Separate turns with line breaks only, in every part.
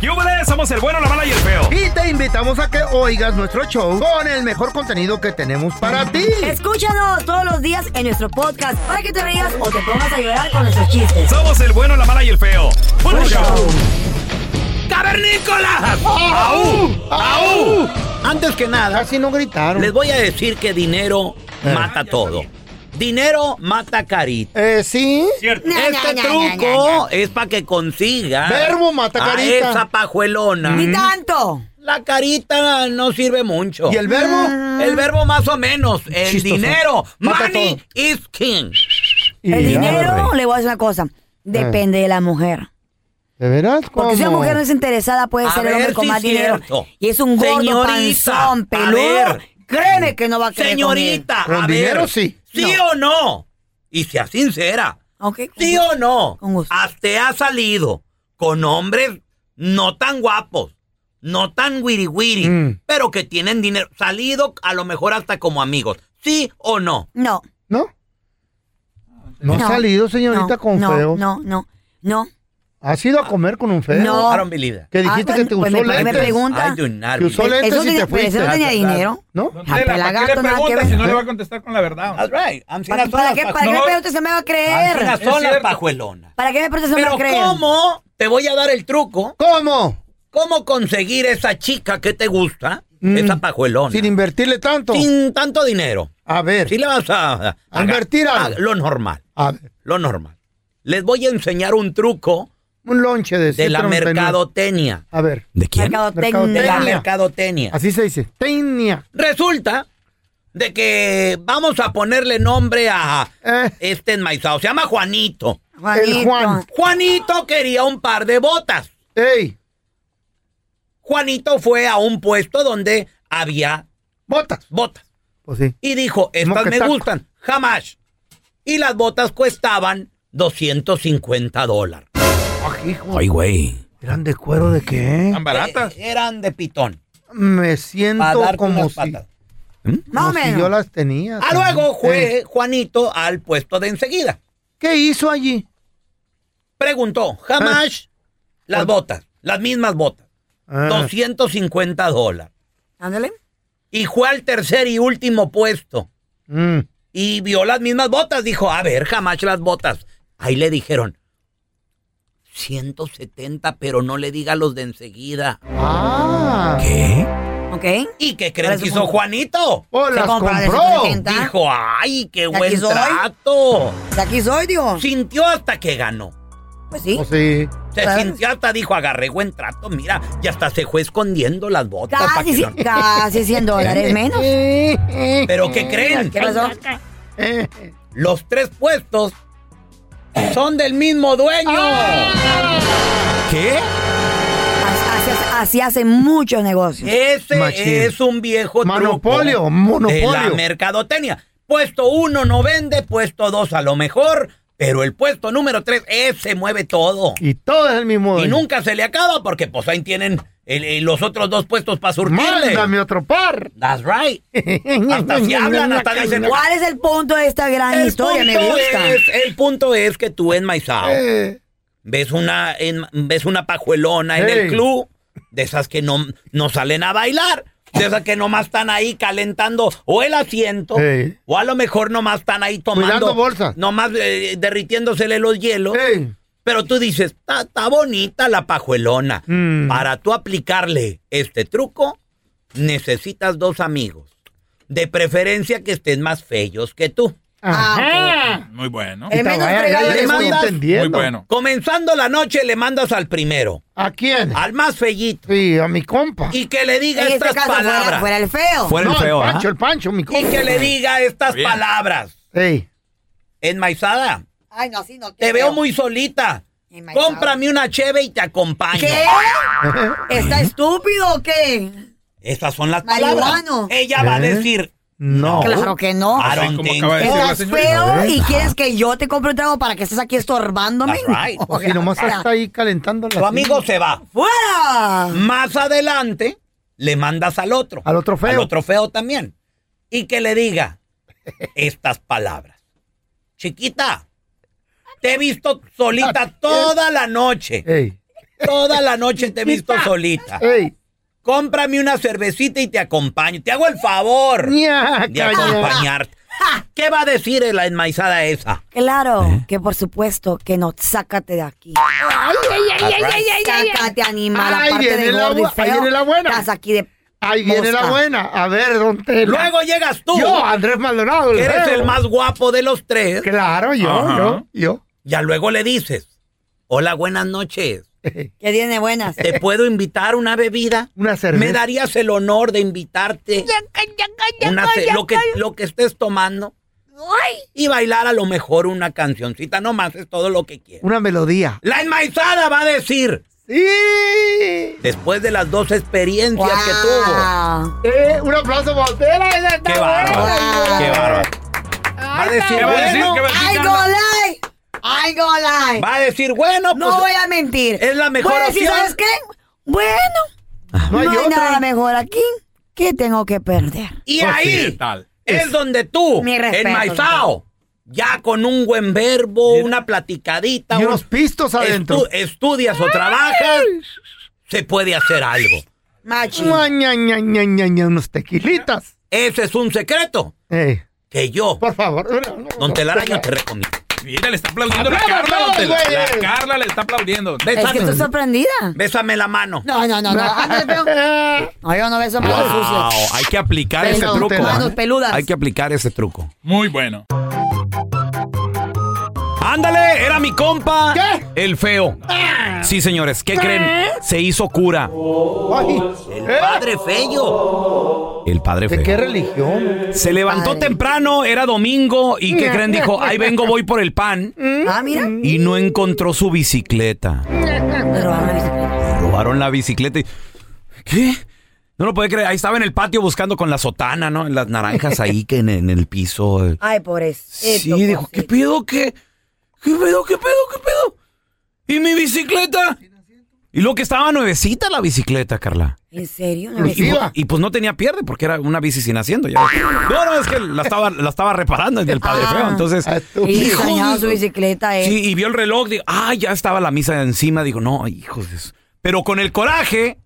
¡Yúbele! Somos el bueno, la mala y el feo.
Y te invitamos a que oigas nuestro show con el mejor contenido que tenemos para ti.
Escúchanos todos los días en nuestro podcast para que te rías o te pongas a llorar con nuestros chistes.
Somos el bueno, la mala y el feo. ¡Puro show! ¡Cavernícolas! ¡Aú! ¡Aú!
Antes que nada,
Casi no gritaron.
les voy a decir que dinero mata todo. Dinero mata carita.
Eh, sí.
Cierto.
No, no,
este
no,
truco
no,
es para que consiga
Verbo mata
a
carita.
esa
Mm.
pajuelona.
Ni tanto.
La carita no sirve mucho.
¿Y el
Mm,
verbo?
El verbo más o menos. El
Chistoso.
dinero.
Mata
Money
todo.
is king.
Y
el
ya,
dinero,
güey.
le voy a decir una cosa, depende de la mujer.
¿De veras?
Porque si una
¿Cómo?
mujer no es interesada, puede
A
ser el hombre
ver
con
si
más
es
dinero.
cierto.
Y es un gordo
Señorita,
panzón,
a
peludo.
ver.
Créeme que no va a querer con él.
Señorita,
Con
a
dinero
ver,
sí.
¿Sí
No.
o no? Y sea sincera.
Ok.
¿Sí o no?
Con gusto.
Hasta ha salido con hombres no tan guapos, no tan wiri wiri,
Mm.
pero que tienen dinero. Salido a lo mejor hasta como amigos. ¿Sí o no?
No.
¿No? No,
No.
ha salido, señorita,
no,
con
no,
feo.
No, no, no.
¿Has ido a comer con un feo?
No.
I don't believe that.
Que dijiste
Ah,
que te
pues,
usó
pues, me- me
lentes.
pregunto. Pregunta.
I do not
Que usó
believe
lentes
Eso
y
tiene-
te
pero
fuiste.
eso no tenía dinero.
¿No?
Ah,
Tela, ¿para qué
pelagato,
le
nada que
preguntas si no
ver.
le va a contestar con la verdad?
That's right.
¿Para,
I'm seeing
para
a
qué,
sola
para qué
paj-
me preguntas se me va a creer?
I'm seeing a
Es
sola
cierto.
pajuelona.
¿Para qué me preguntas se me va
Pero
a creer?
¿cómo? Te voy a dar el truco.
¿Cómo?
¿Cómo conseguir esa chica que te gusta? Esa pajuelona.
Mm. Sin invertirle tanto.
sin tanto dinero.
A ver.
Si le vas a,
A invertir algo.
lo normal,
A ver.
lo normal. Les voy a enseñar un truco
Un lonche de
de la
7.99.
mercadotecnia.
A ver.
¿De De la
Mercadotecnia.
Mercadotecnia.
mercadotecnia.
Así se dice. Tenia.
Resulta de que vamos a ponerle nombre a
Eh.
este enmaizado. Se llama Juanito.
El Juan.
Juanito quería un par de botas.
¡Ey!
Juanito fue a un puesto donde había
¡Botas!
botas.
Pues sí.
Y dijo, estas
que
me
taco.
gustan, jamás. Y las botas costaban 250 dólares. Ay, güey.
¿Eran de cuero de qué?
¿Tan baratas?
Eran de Eh, pitón.
Me
Para
siento
darte
como
unas
si,
patas.
Más o
como si
menos.
yo las tenía.
Ah,
también.
luego fue
Eh,
Juanito al puesto de enseguida.
¿Qué hizo allí?
Preguntó, jamás las botas, las mismas botas.
Ah,
250 dólares.
Ándale.
Y fue al tercer y último puesto.
mm,
y vio las mismas botas. Dijo, a ver, jamás las botas. Ahí le dijeron, 170, pero no le diga a los de enseguida.
¡Ah!
Eh,
¿Qué?
¿Ok?
¿Y qué
¿Cuál
creen
es su
que hizo
punto?
Juanito?
¡Oh,
Se
las
compra de
compró!
7.90. ¿Ah?
Dijo, ay, qué
aquí
buen
soy?
trato.
De aquí soy, digo.
Sintió hasta que ganó.
Pues sí.
Pues sí.
Se
Claro.
sintió hasta, dijo, agarré buen trato. Mira, y hasta se fue escondiendo las botas. pa' que
Casi,
no-
casi 100
Eh,
dólares menos.
Pero ¿qué creen?
¿Qué pasó?
eh.
Los tres puestos son del mismo dueño. ¿Qué?
Así, así- así hacen muchos negocios.
Ese
Machín.
es un viejo truco
Monopolio,
de
monopolio.
la mercadotecnia. Puesto uno no vende, puesto dos a lo mejor, pero el puesto número tres, ese mueve todo.
Y eh. todo es el mismo.
Y
dueño.
nunca se le acaba porque pues ahí tienen el- el- los otros dos puestos para surtirle.
¡Mándame otro par!
That's right. Hasta si hablan, hasta dicen, "What?".
¿Cuál es el punto de esta gran
El
historia? Me
punto
gusta.
es- el punto es que tú en Maizao
Eh,
ves una, en- ves una pajuelona en
Hey.
el club, de esas que no, no salen a bailar, de esas que nomás están ahí calentando o el asiento,
Hey.
o a lo mejor nomás están ahí tomando.
Cuidando bolsas.
Nomás eh, derritiéndosele los hielos.
¡Ey!
Pero tú dices, está está bonita la pajuelona.
Mm.
Para tú aplicarle este truco, necesitas dos amigos. De preferencia que estén más feos que tú.
Ah,
pues,
Muy bueno.
El menos
Vaya,
fregado
ya
le
le estoy
mandas.
Muy
entendiendo.
bueno.
Comenzando la noche le mandas al primero,
¿A quién?
al más fellito.
Sí, a mi compa.
Ah. y que le diga
En este
estas
caso fuera,
palabras.
fuera el feo.
no, el Pancho, el Pancho, mi
Y
compa.
que le diga estas
Bien.
palabras.
Ey,
Enmaizada,
Ay, no, así no. qué
te veo
feo.
muy solita.
Enmaizada.
Cómprame una cheve y te acompaño.
¿Qué? ¿Está estúpido o qué?
Estas son las
Marihuano.
palabras. Ella va a
¿Eh?
decir,
no.
Claro que no.
I
Así
don't
como
think
acaba de
so.
decir la
¿Estás
señora.
feo y quieres que yo te compre un trago para que estés aquí estorbándome?
That's right. Pues
O si nomás
Fuera.
está ahí calentando la.
Tu amigo se va.
¡Fuera!
Más adelante, le mandas al otro.
Al otro feo.
Al otro feo también. Y que le diga estas palabras. Chiquita, te he visto solita toda la noche.
Ey.
Toda la noche te he visto solita.
¡Ey!
Cómprame una cervecita y te acompaño. Te hago el favor
¡Ña,
de
caña!
acompañarte. ¡Ja! ¿Qué va a decir la enmaizada esa?
Claro,
¿Eh?
que por supuesto que no, sácate de aquí. Sácate, animal,
Ahí
aparte
viene
de
la
gordo y
bu- ahí
feo,
viene la buena.
Estás aquí de...
Ahí viene la
Mosca.
buena. A ver, don Tela.
Luego llegas tú,
Yo, Andrés Maldonado.
que eres
feo.
el más guapo de los tres.
Claro, yo,
Ajá.
yo, yo.
Ya luego le dices, hola, buenas noches.
Que tiene buenas.
¿Te puedo invitar una bebida?
Una cerveza.
¿Me darías el honor de invitarte? Una ce- lo, que, lo que estés tomando. Y bailar a lo mejor una cancioncita, nomás es todo lo que quieres.
Una melodía.
La enmaizada va a decir,
¡Sí!
después de las dos experiencias que tuvo,
Wow.
Eh, un aplauso para Tela. esa está
Qué bárbaro.
buena.
qué bárbaro. Va a decir,
¿Qué va a decir?
bueno,
¿Qué va a
I
decir?
go lie. I go lie.
va a decir, bueno,
No
pues,
voy a mentir.
es la mejor
Voy a decir,
opción.
¿sabes qué? Bueno,
No hay, otra.
nada mejor aquí. ¿Qué tengo que perder?
Y
Pues sí,
ahí
¿qué tal?
es, donde tú,
Mi respeto,
enmaizado, ya con un buen verbo, una platicadita,
Y
un-
unos pistos adentro.
estu- estudias o trabajas, se puede hacer algo.
Machi.
Ña, Ña, Ña, Ña, Ña, Ña, unos tequilitas.
Ese es un secreto
Eh,
que yo,
por favor.
don Telaraño, te recomiendo.
Mira, le está aplaudiendo la
¡Aplausos,
Carla, don Tela.
güeyes!
La Carla le está aplaudiendo.
Es que
Bésame,
estoy sorprendida.
bésame la mano.
No, no, no, no. Ándale, peón.
Eh,
No, yo no beso manos
Wow,
sucias.
hay que aplicar
Pelos,
ese truco. ¿eh?
manos peludas.
Hay que aplicar ese truco.
Muy bueno.
Ándale, era mi compa.
¿Qué?
El feo. Sí, señores, ¿qué creen? Se hizo cura.
ay,
El
eh,
padre feo. El padre
¿De qué religión?
Se levantó
Padre.
temprano, era domingo, y ¿qué creen? Dijo, ahí vengo, voy por el pan.
Ah, mira.
Y no encontró su bicicleta.
Pero ahora dice-
Robaron la bicicleta y... ¿Qué? No lo puede creer. Ahí estaba en el patio buscando con la sotana, ¿no? Las naranjas ahí que en, en el piso. eh.
Ay, pobrecito.
Sí, dijo, ¿qué
pobrecito.
pedo? ¿Qué? ¿Qué pedo? ¿Qué pedo? ¿Qué pedo? ¿Y mi bicicleta? Y lo que estaba nuevecita la bicicleta, Carla.
¿En serio? ¿No
Y,
besó?
Exclusiva.
y pues no tenía pierde porque era una bici sin asiento. ya ves. No, no, es que la estaba, la estaba reparando el padre
Ah.
feo. Entonces,
Ah, tú.
Y
Hijo
dañado
de-
su bicicleta, eh.
sí, y vio el reloj. Digo, ah, ya estaba la misa encima. Digo, no, hijos de su-". Pero con el coraje,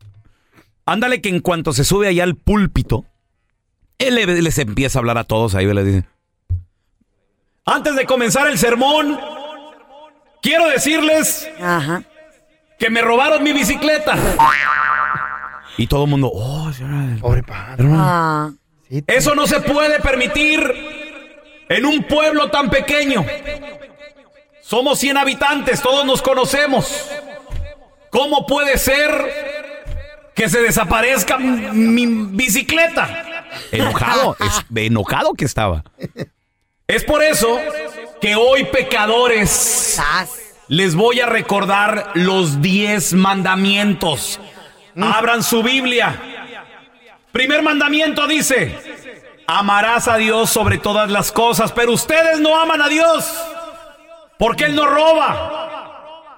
ándale que en cuanto se sube allá al púlpito, él le- les empieza a hablar a todos ahí, les dice. Antes de comenzar el sermón, quiero decirles
Ajá.
Mm. que me robaron mi bicicleta. Y todo el mundo, oh, señora,
Pobre padre.
hermano".
Ah.
Eso no se puede permitir en un pueblo tan pequeño. Somos 100 habitantes, todos nos conocemos. ¿Cómo puede ser que se desaparezca m- mi bicicleta? Enojado, es- enojado que estaba. Es por eso que hoy pecadores
Sas.
les voy a recordar los 10 mandamientos. Abran su Biblia. Primer mandamiento dice, amarás a Dios sobre todas las cosas, pero ustedes no aman a Dios porque Él no roba.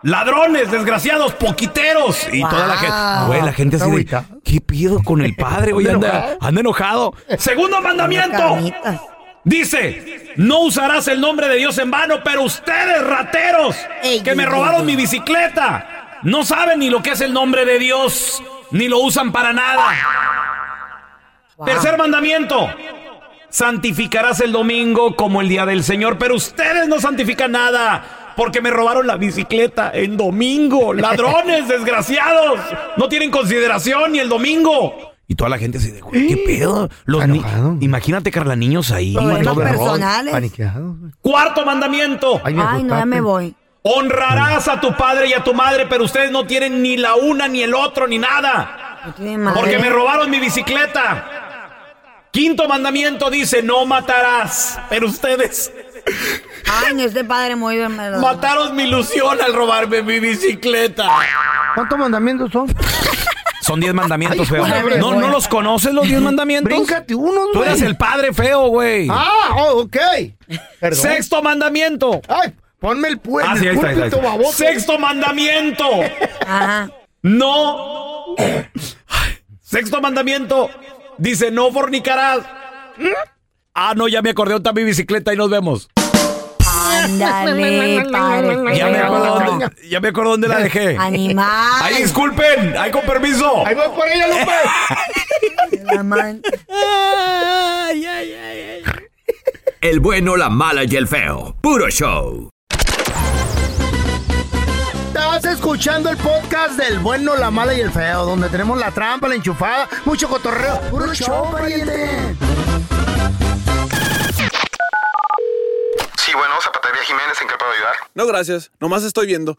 Ladrones, desgraciados, poquiteros. Y toda la
Wow.
gente. Güey, la gente así de,
Ah, Agüita.
¿Qué pido con el padre? güey?
Anda
anda,
enojado.
anda enojado. Segundo mandamiento.
Camitas.
Dice, no usarás el nombre de Dios en vano, pero ustedes, rateros,
Ey,
que me
ey,
robaron
ey.
mi bicicleta, no saben ni lo que es el nombre de Dios, ni lo usan para nada.
Wow.
Tercer mandamiento, santificarás el domingo como el día del Señor, pero ustedes no santifican nada, porque me robaron la bicicleta en domingo. Ladrones, desgraciados, no tienen consideración ni el domingo. Y toda la gente se dice, güey, ¿qué pedo? Los ni-
Enojado.
Imagínate, Carla, niños ahí.
Problemas
todo el rollo.
personales.
Paniqueado.
Cuarto mandamiento.
Ay, me
Ay, no, ya
asustaste.
me voy.
Honrarás a tu padre y a tu madre, pero ustedes no tienen ni la una, ni el otro, ni nada.
No tiene madre.
Porque me robaron mi bicicleta. Quinto mandamiento dice, no matarás. Pero ustedes
Ay, no, este padre muy bien. me lo-
mataron mi ilusión al robarme mi bicicleta.
¿Cuántos mandamientos son?
Son diez mandamientos,
Ay,
feo.
güey,
¿No,
güey.
¿No los conoces los diez mandamientos?
Bríncate uno,
Tú
güey.
eres el padre feo, güey.
Ah, oh, ok. Perdón.
Sexto mandamiento.
Ay, ponme el puente.
Ah, sí, ahí está, ahí está, ahí está. Sexto mandamiento.
Ajá.
No. Sexto mandamiento. Dice, no fornicarás. Ah, no, ya me acordé, está mi bicicleta y nos vemos.
Ándale, padre.
Ya me
feo.
acuerdo dónde, ya me acuerdo dónde la dejé.
Animal.
Ahí disculpen, ahí con permiso.
Ahí voy por ella, Lupe.
La man-
El bueno, la mala y el feo. Puro show.
Estás escuchando el podcast del bueno, la mala y el feo, donde tenemos la trampa, la enchufada, mucho cotorreo. ¡Puro show, pariente!
Sí, bueno, Zapatería Jiménez, ¿en qué puedo ayudar?
No, gracias. Nomás estoy viendo.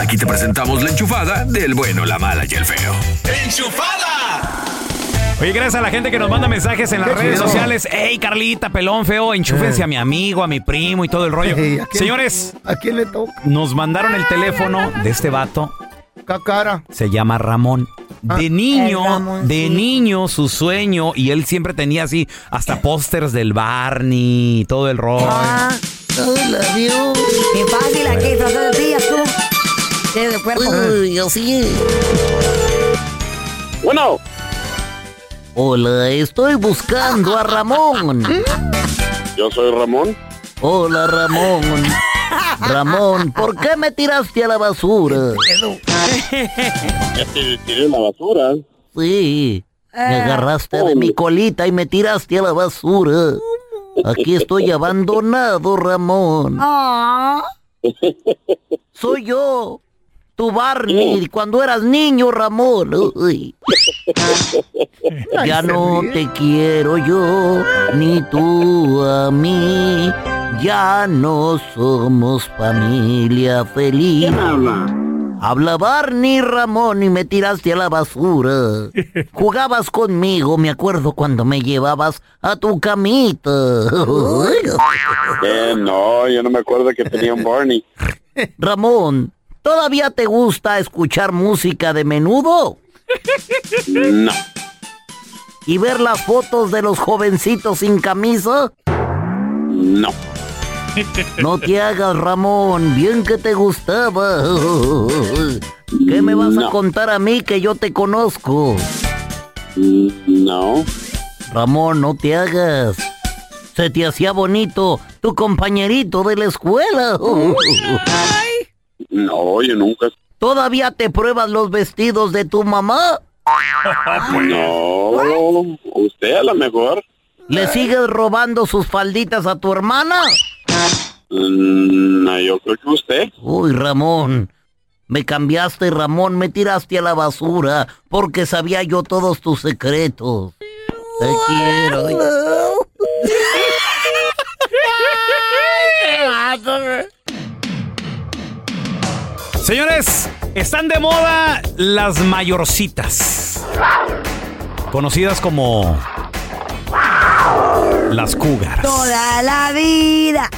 Aquí te presentamos la enchufada del bueno, la mala y el feo.
Oye, gracias a la gente que nos manda mensajes en las
Qué
redes
chido.
sociales. Ey, Carlita, pelón feo, enchúfense a mi amigo, a mi primo y todo el rollo.
Ey, ¿a quién?
Señores,
¿A quién le toca?
nos mandaron el teléfono de este vato.
Cacara.
Se llama Ramón.
Ah,
De niño,
El Ramón,
de
sí.
niño, su sueño, y él siempre tenía así
Eh.
hasta pósters del Barney y todo el rollo.
Ah,
I love you.
Qué fácil aquí, tratando de ti, tú. Tienes el cuerpo.
yo sí.
Bueno,
Hola, estoy buscando a Ramón.
yo soy Ramón.
Hola, Ramón. Ramón, ¿por qué me tiraste a la basura?
Ya te tiré en la basura.
Sí, me agarraste este de mi colita y me tiraste a la basura. Aquí estoy abandonado, Ramón.
Ah,
Soy yo, tu Barney, cuando eras niño, Ramón. Uy. Ya no te quiero yo, ni tú a mí. Ya no somos familia feliz. Habla Barney Ramón y me tiraste a la basura. Jugabas conmigo, me acuerdo cuando me llevabas a tu camita.
Eh, no, yo no me acuerdo que tenía un Barney.
Ramón, ¿todavía te gusta escuchar música de menudo?
No.
¿Y ver las fotos de los jovencitos sin camisa?
No.
No te hagas, Ramón, bien que te gustaba. ¿Qué me vas a
No.
contar a mí que yo te conozco?
No.
Ramón, no te hagas. Se te hacía bonito tu compañerito de la escuela.
No, yo nunca.
¿Todavía te pruebas los vestidos de tu mamá?
No. Usted a lo mejor.
¿Le sigues robando sus falditas a tu hermana?
Mm, No, yo creo que usted.
Uy, Ramón. Me cambiaste, Ramón, me tiraste a la basura porque sabía yo todos tus secretos. Te quiero.
Señores, están de moda las mayorcitas. Conocidas como las cougars.
toda la vida.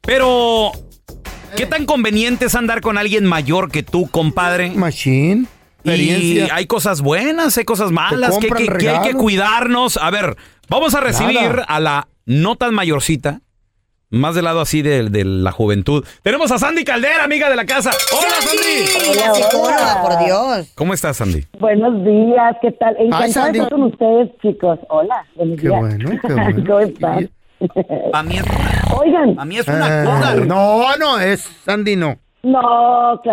Pero, ¿qué tan conveniente es andar con alguien mayor que tú, compadre?
Machine.
Y
Experiencia.
hay cosas buenas, hay cosas malas, que,
compran
que- que hay que
regalos.
cuidarnos. A ver, vamos a recibir
Nada.
a la no tan mayorcita, más del lado así de, de la juventud. Tenemos a Sandy Caldera, amiga de la casa. ¡Hola, Sandy!
Y la psicóloga, por Dios.
¿Cómo estás, Sandy?
Buenos días, ¿qué tal? Encantada
Ay,
de
Sandy.
estar con ustedes, chicos. Hola, buenos
Qué
días.
bueno, qué bueno.
¿Cómo están?
A mí es,
Oigan,
a mí es
Ah.
Eh, no, no, es Sandy, no.
no, claro.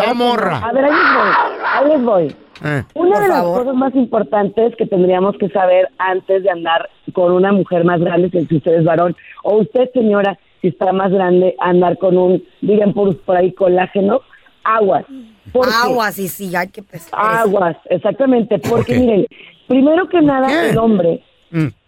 Ah,
que no.
morra.
A ver, ahí les voy, ahí les voy.
Eh,
Una
Por
de las
favor.
cosas más importantes que tendríamos que saber antes de andar con una mujer más grande, que si usted es varón, o usted, señora, si está más grande, andar con un, digan por, por ahí, colágeno, aguas. ¿Por qué?
Agua, sí, sí, hay que pesar.
Aguas, exactamente, porque
qué?
miren, primero que nada,
qué? Mm.
el hombre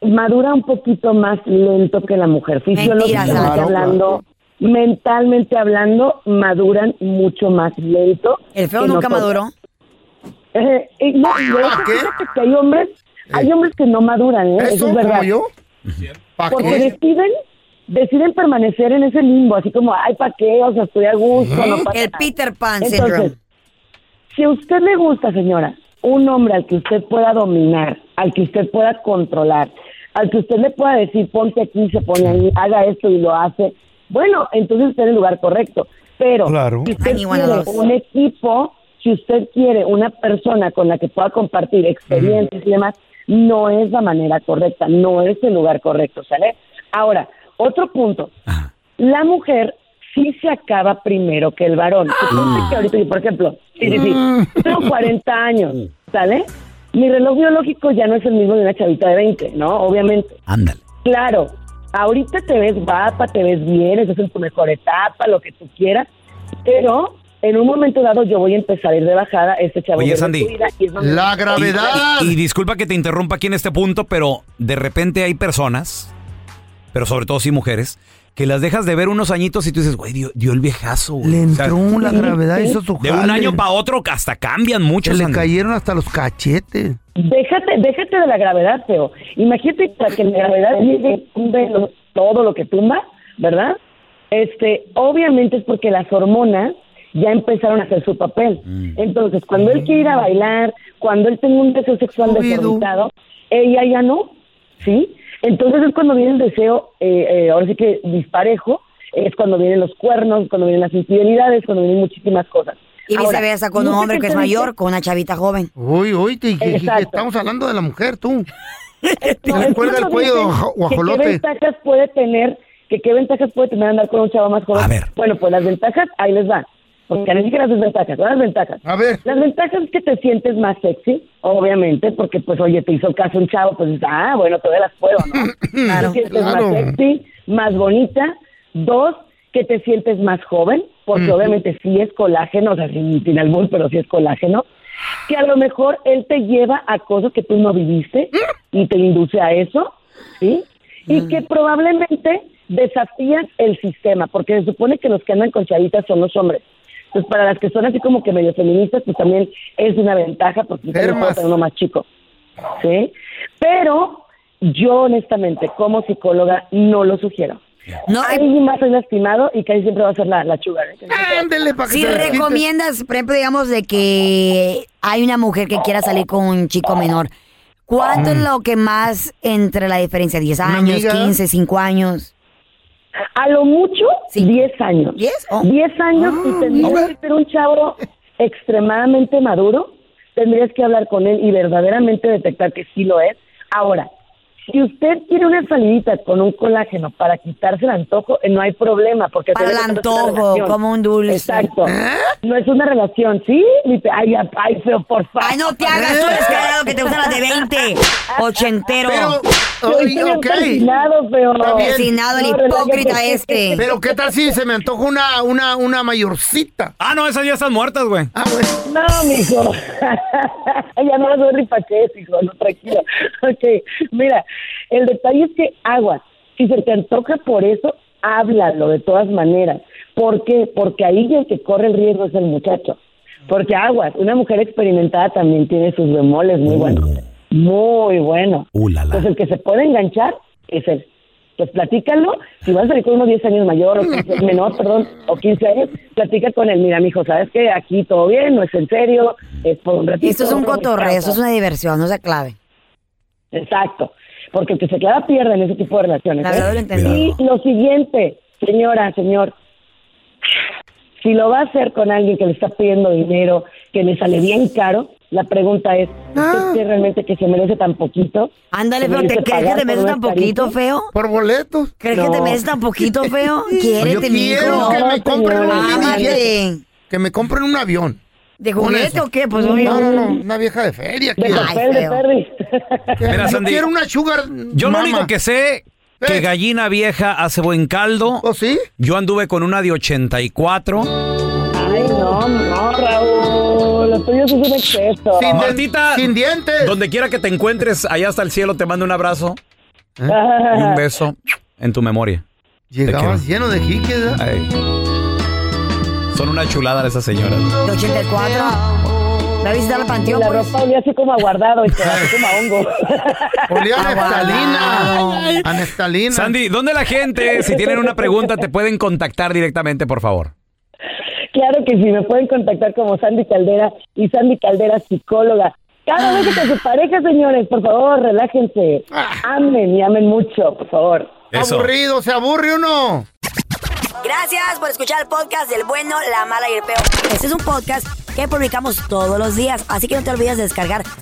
madura un poquito más lento que la mujer, fisiológicamente
Sandy.
Claro,
hablando, mentalmente hablando, maduran mucho más lento.
El feo
que
nunca
nosotros.
maduró.
Eh, y no, y de hecho,
¿Qué? Eh.
fíjate que hay hombres, hay hombres que no maduran, ¿eh? eso,
¿Eso
es verdad,
como yo? ¿Para
porque
qué?
deciden deciden permanecer en ese limbo, así como, ay, ¿para qué? O sea, estoy a gusto, no pasa
El
nada.
Peter Pan
Entonces,
Syndrome.
si a usted le gusta, señora, un hombre al que usted pueda dominar, al que usted pueda controlar, al que usted le pueda decir, ponte aquí, se pone ahí, haga esto y lo hace, bueno, entonces está en el lugar correcto. Pero
Claro.
si usted
Ay, igual a
quiere
dos.
un equipo, si usted quiere una persona con la que pueda compartir experiencias y demás, no es la manera correcta, no es el lugar correcto, ¿sale? Ahora, otro punto. la mujer sí se acaba primero que el varón.
Ah.
Suponte
Mm.
que ahorita, yo, por ejemplo, sí, sí, sí, tengo 40 años, ¿sale? Mi reloj biológico ya no es el mismo de una chavita de 20, ¿no? Obviamente.
Ándale.
Claro, ahorita te ves guapa, te ves bien, estás en tu mejor etapa, lo que tú quieras, pero en un momento dado yo voy a empezar a ir de bajada, este chavo
Oye,
viene
Sandy.
su vida y es donde-
La gravedad.
Y, y disculpa que te interrumpa aquí en este punto, pero de repente hay personas, pero sobre todo sí mujeres, que las dejas de ver unos añitos y tú dices, güey, dio, dio el viejazo, güey.
Le
O sea,
entró la gravedad hizo su
de un
jale.
año para otro hasta cambian
Se
mucho.
le
Sandy.
cayeron hasta los cachetes.
Déjate, déjate de la gravedad, feo. Imagínate para que la gravedad llegue y tumbe lo- todo lo que tumba, ¿verdad? Este, obviamente es porque las hormonas ya empezaron a hacer su papel. Entonces, cuando él quiere ir a bailar, cuando él tenga un deseo sexual
Subido.
desorbitado, ella ya no, ¿sí? Entonces es cuando viene el deseo, eh, eh, ahora sí que disparejo, es cuando vienen los cuernos, cuando vienen las infidelidades, cuando vienen muchísimas cosas.
Y
Ahora,
viceversa, con un
no sé
hombre
qué
que es
te dice-
mayor, con una chavita joven.
Uy, uy, te- que- que- que
Exacto.
estamos hablando de la mujer, tú.
No,
Le
es que
cuelga el
nos
cuello
dicen
guajo-
que
guajolote.
¿Qué ventajas puede tener? Que ¿Qué ventajas puede tener andar con un chavo más joven?
A ver.
Bueno, pues las ventajas, ahí les van. Porque les dije las desventajas, ahora las ventajas.
A ver.
Las ventajas es que te sientes más sexy, obviamente, porque pues oye, te hizo caso un chavo, pues dices, ah, bueno, todavía las puedo, ¿no? Te sientes
Claro.
más sexy, más bonita. Dos, que te sientes más joven, porque obviamente sí es colágeno, o sea, sin, sin albur, pero sí es colágeno. Que a lo mejor él te lleva a cosas que tú no viviste y te induce a eso, ¿sí? Y que probablemente desafían el sistema, porque se supone que los que andan con chavitas son los hombres. Entonces, para las que son así como que medio feministas, pues también es una ventaja, porque no
Enfermas.
puede tener uno más chico. ¿sí? Pero yo honestamente, como psicóloga, no lo sugiero.
No, eh,
Alguien más es lastimado y casi siempre va a ser la, la sugar. ¿eh?
Ándele para que
si
se desquite.
recomiendas, por ejemplo, digamos de que hay una mujer que quiera salir con un chico menor, ¿cuánto es lo que más entre la diferencia? ¿10
Mm. Una
años,
amiga.
15, 5 años?
A lo mucho,
Sí.
10 años.
¿Diez? Oh.
10 años
Ah,
y tendrías
mira.
que ser un chavo extremadamente maduro. Tendrías que hablar con él y verdaderamente detectar que sí lo es. Ahora, si usted tiene una salidita con un colágeno para quitarse el antojo, eh, no hay problema. porque
Para el
tenemos otra
antojo,
relación.
como un dulce. ¿Eh?
Exacto. No es una relación, ¿sí? Dice, Ay, ya, ay, feo, por favor.
Ay, no te hagas tú descarado que te gustan las de 20, ochentero.
Pero,
Ay,
ay, ok.
Calcinado, feo.
Está bien.
Calcinado, el
No, relájate.
hipócrita este.
Pero qué tal si se me antoja una, una, una mayorcita.
Ah, no, esas ya están muertas, güey.
Ah, bueno.
No, mijo. ya no vas a ver ni pa' qué, hijo. No, tranquilo. Ok, mira, el detalle es que agua. Si se te antoja por eso, háblalo de todas maneras. ¿Por qué? Porque ahí el que corre el riesgo es el muchacho. Porque aguas, una mujer experimentada también tiene sus bemoles muy buenos. Muy bueno.
Uh, la, la.
Entonces el que se puede enganchar es él. Pues platícalo, si vas a salir con unos 10 años mayor o 15 menor, perdón, o 15 años, platica con él, mira, mijo, ¿sabes qué? Aquí todo bien, no es en serio, es por un ratito.
Esto es un cotorreo, esto es una diversión, no se clave.
Exacto, porque el que se clava pierde en ese tipo de relaciones.
La
¿eh?
verdad lo entendí.
Y lo siguiente, señora, señor, si lo va a hacer con alguien que le está pidiendo dinero, que le sale bien caro, la pregunta es, ¿usted cree realmente que se merece tan poquito?
Ah. Ándale,
¿Se
pero ¿te
merece
crees que
pagar
te
por
metes
una
tan poquito,
carita?
feo?
Por boletos.
¿Crees
No.
que te metes tan poquito, feo?
Yo
Quiérete, mi
quiero que me compren
señora.
un
Ah,
billete.
Ándale.
Que me compren un avión.
¿De
Con
juguete
eso.
o qué? Pues
no,
obvio.
no, no, una vieja de feria.
De
quiero.
Ay,
papel de
feo.
Ferris.
Mira,
yo
Sandy.
quiero una sugar
Yo
mama.
lo único que sé
Eh.
que gallina vieja hace buen caldo.
¿O ¿Oh, sí?
Yo anduve con una de 84.
Ay, no, no, Raúl. Lo tuyo sí es un exceso.
Sin, dien-
Martita.
sin dientes.
Donde quiera que te encuentres, allá hasta el cielo te mando un abrazo y un
Ah,
beso en tu memoria.
Llegabas
Te
lleno de jiques. ¿eh?
Ay. Son una chulada esas señoras.
De 84. Va a visitar el
y
panteón,
la
pues.
ropa olía así como aguardado, y así como a hongo.
Olía a
Aguado.
neftalina. A neftalina.
Ah, Sandy, ¿dónde la gente, si tienen una pregunta, te pueden contactar directamente, por favor?
claro que sí, me pueden contactar como Sandy Caldera y Sandy Caldera psicóloga. Cada vez que con su pareja, señores, por favor, relájense. Amen y amen mucho, por favor.
Aburrido, se aburre uno.
Gracias por escuchar el podcast del bueno, la mala y el peor. Este es un podcast que publicamos todos los días. Así que no te olvides de descargar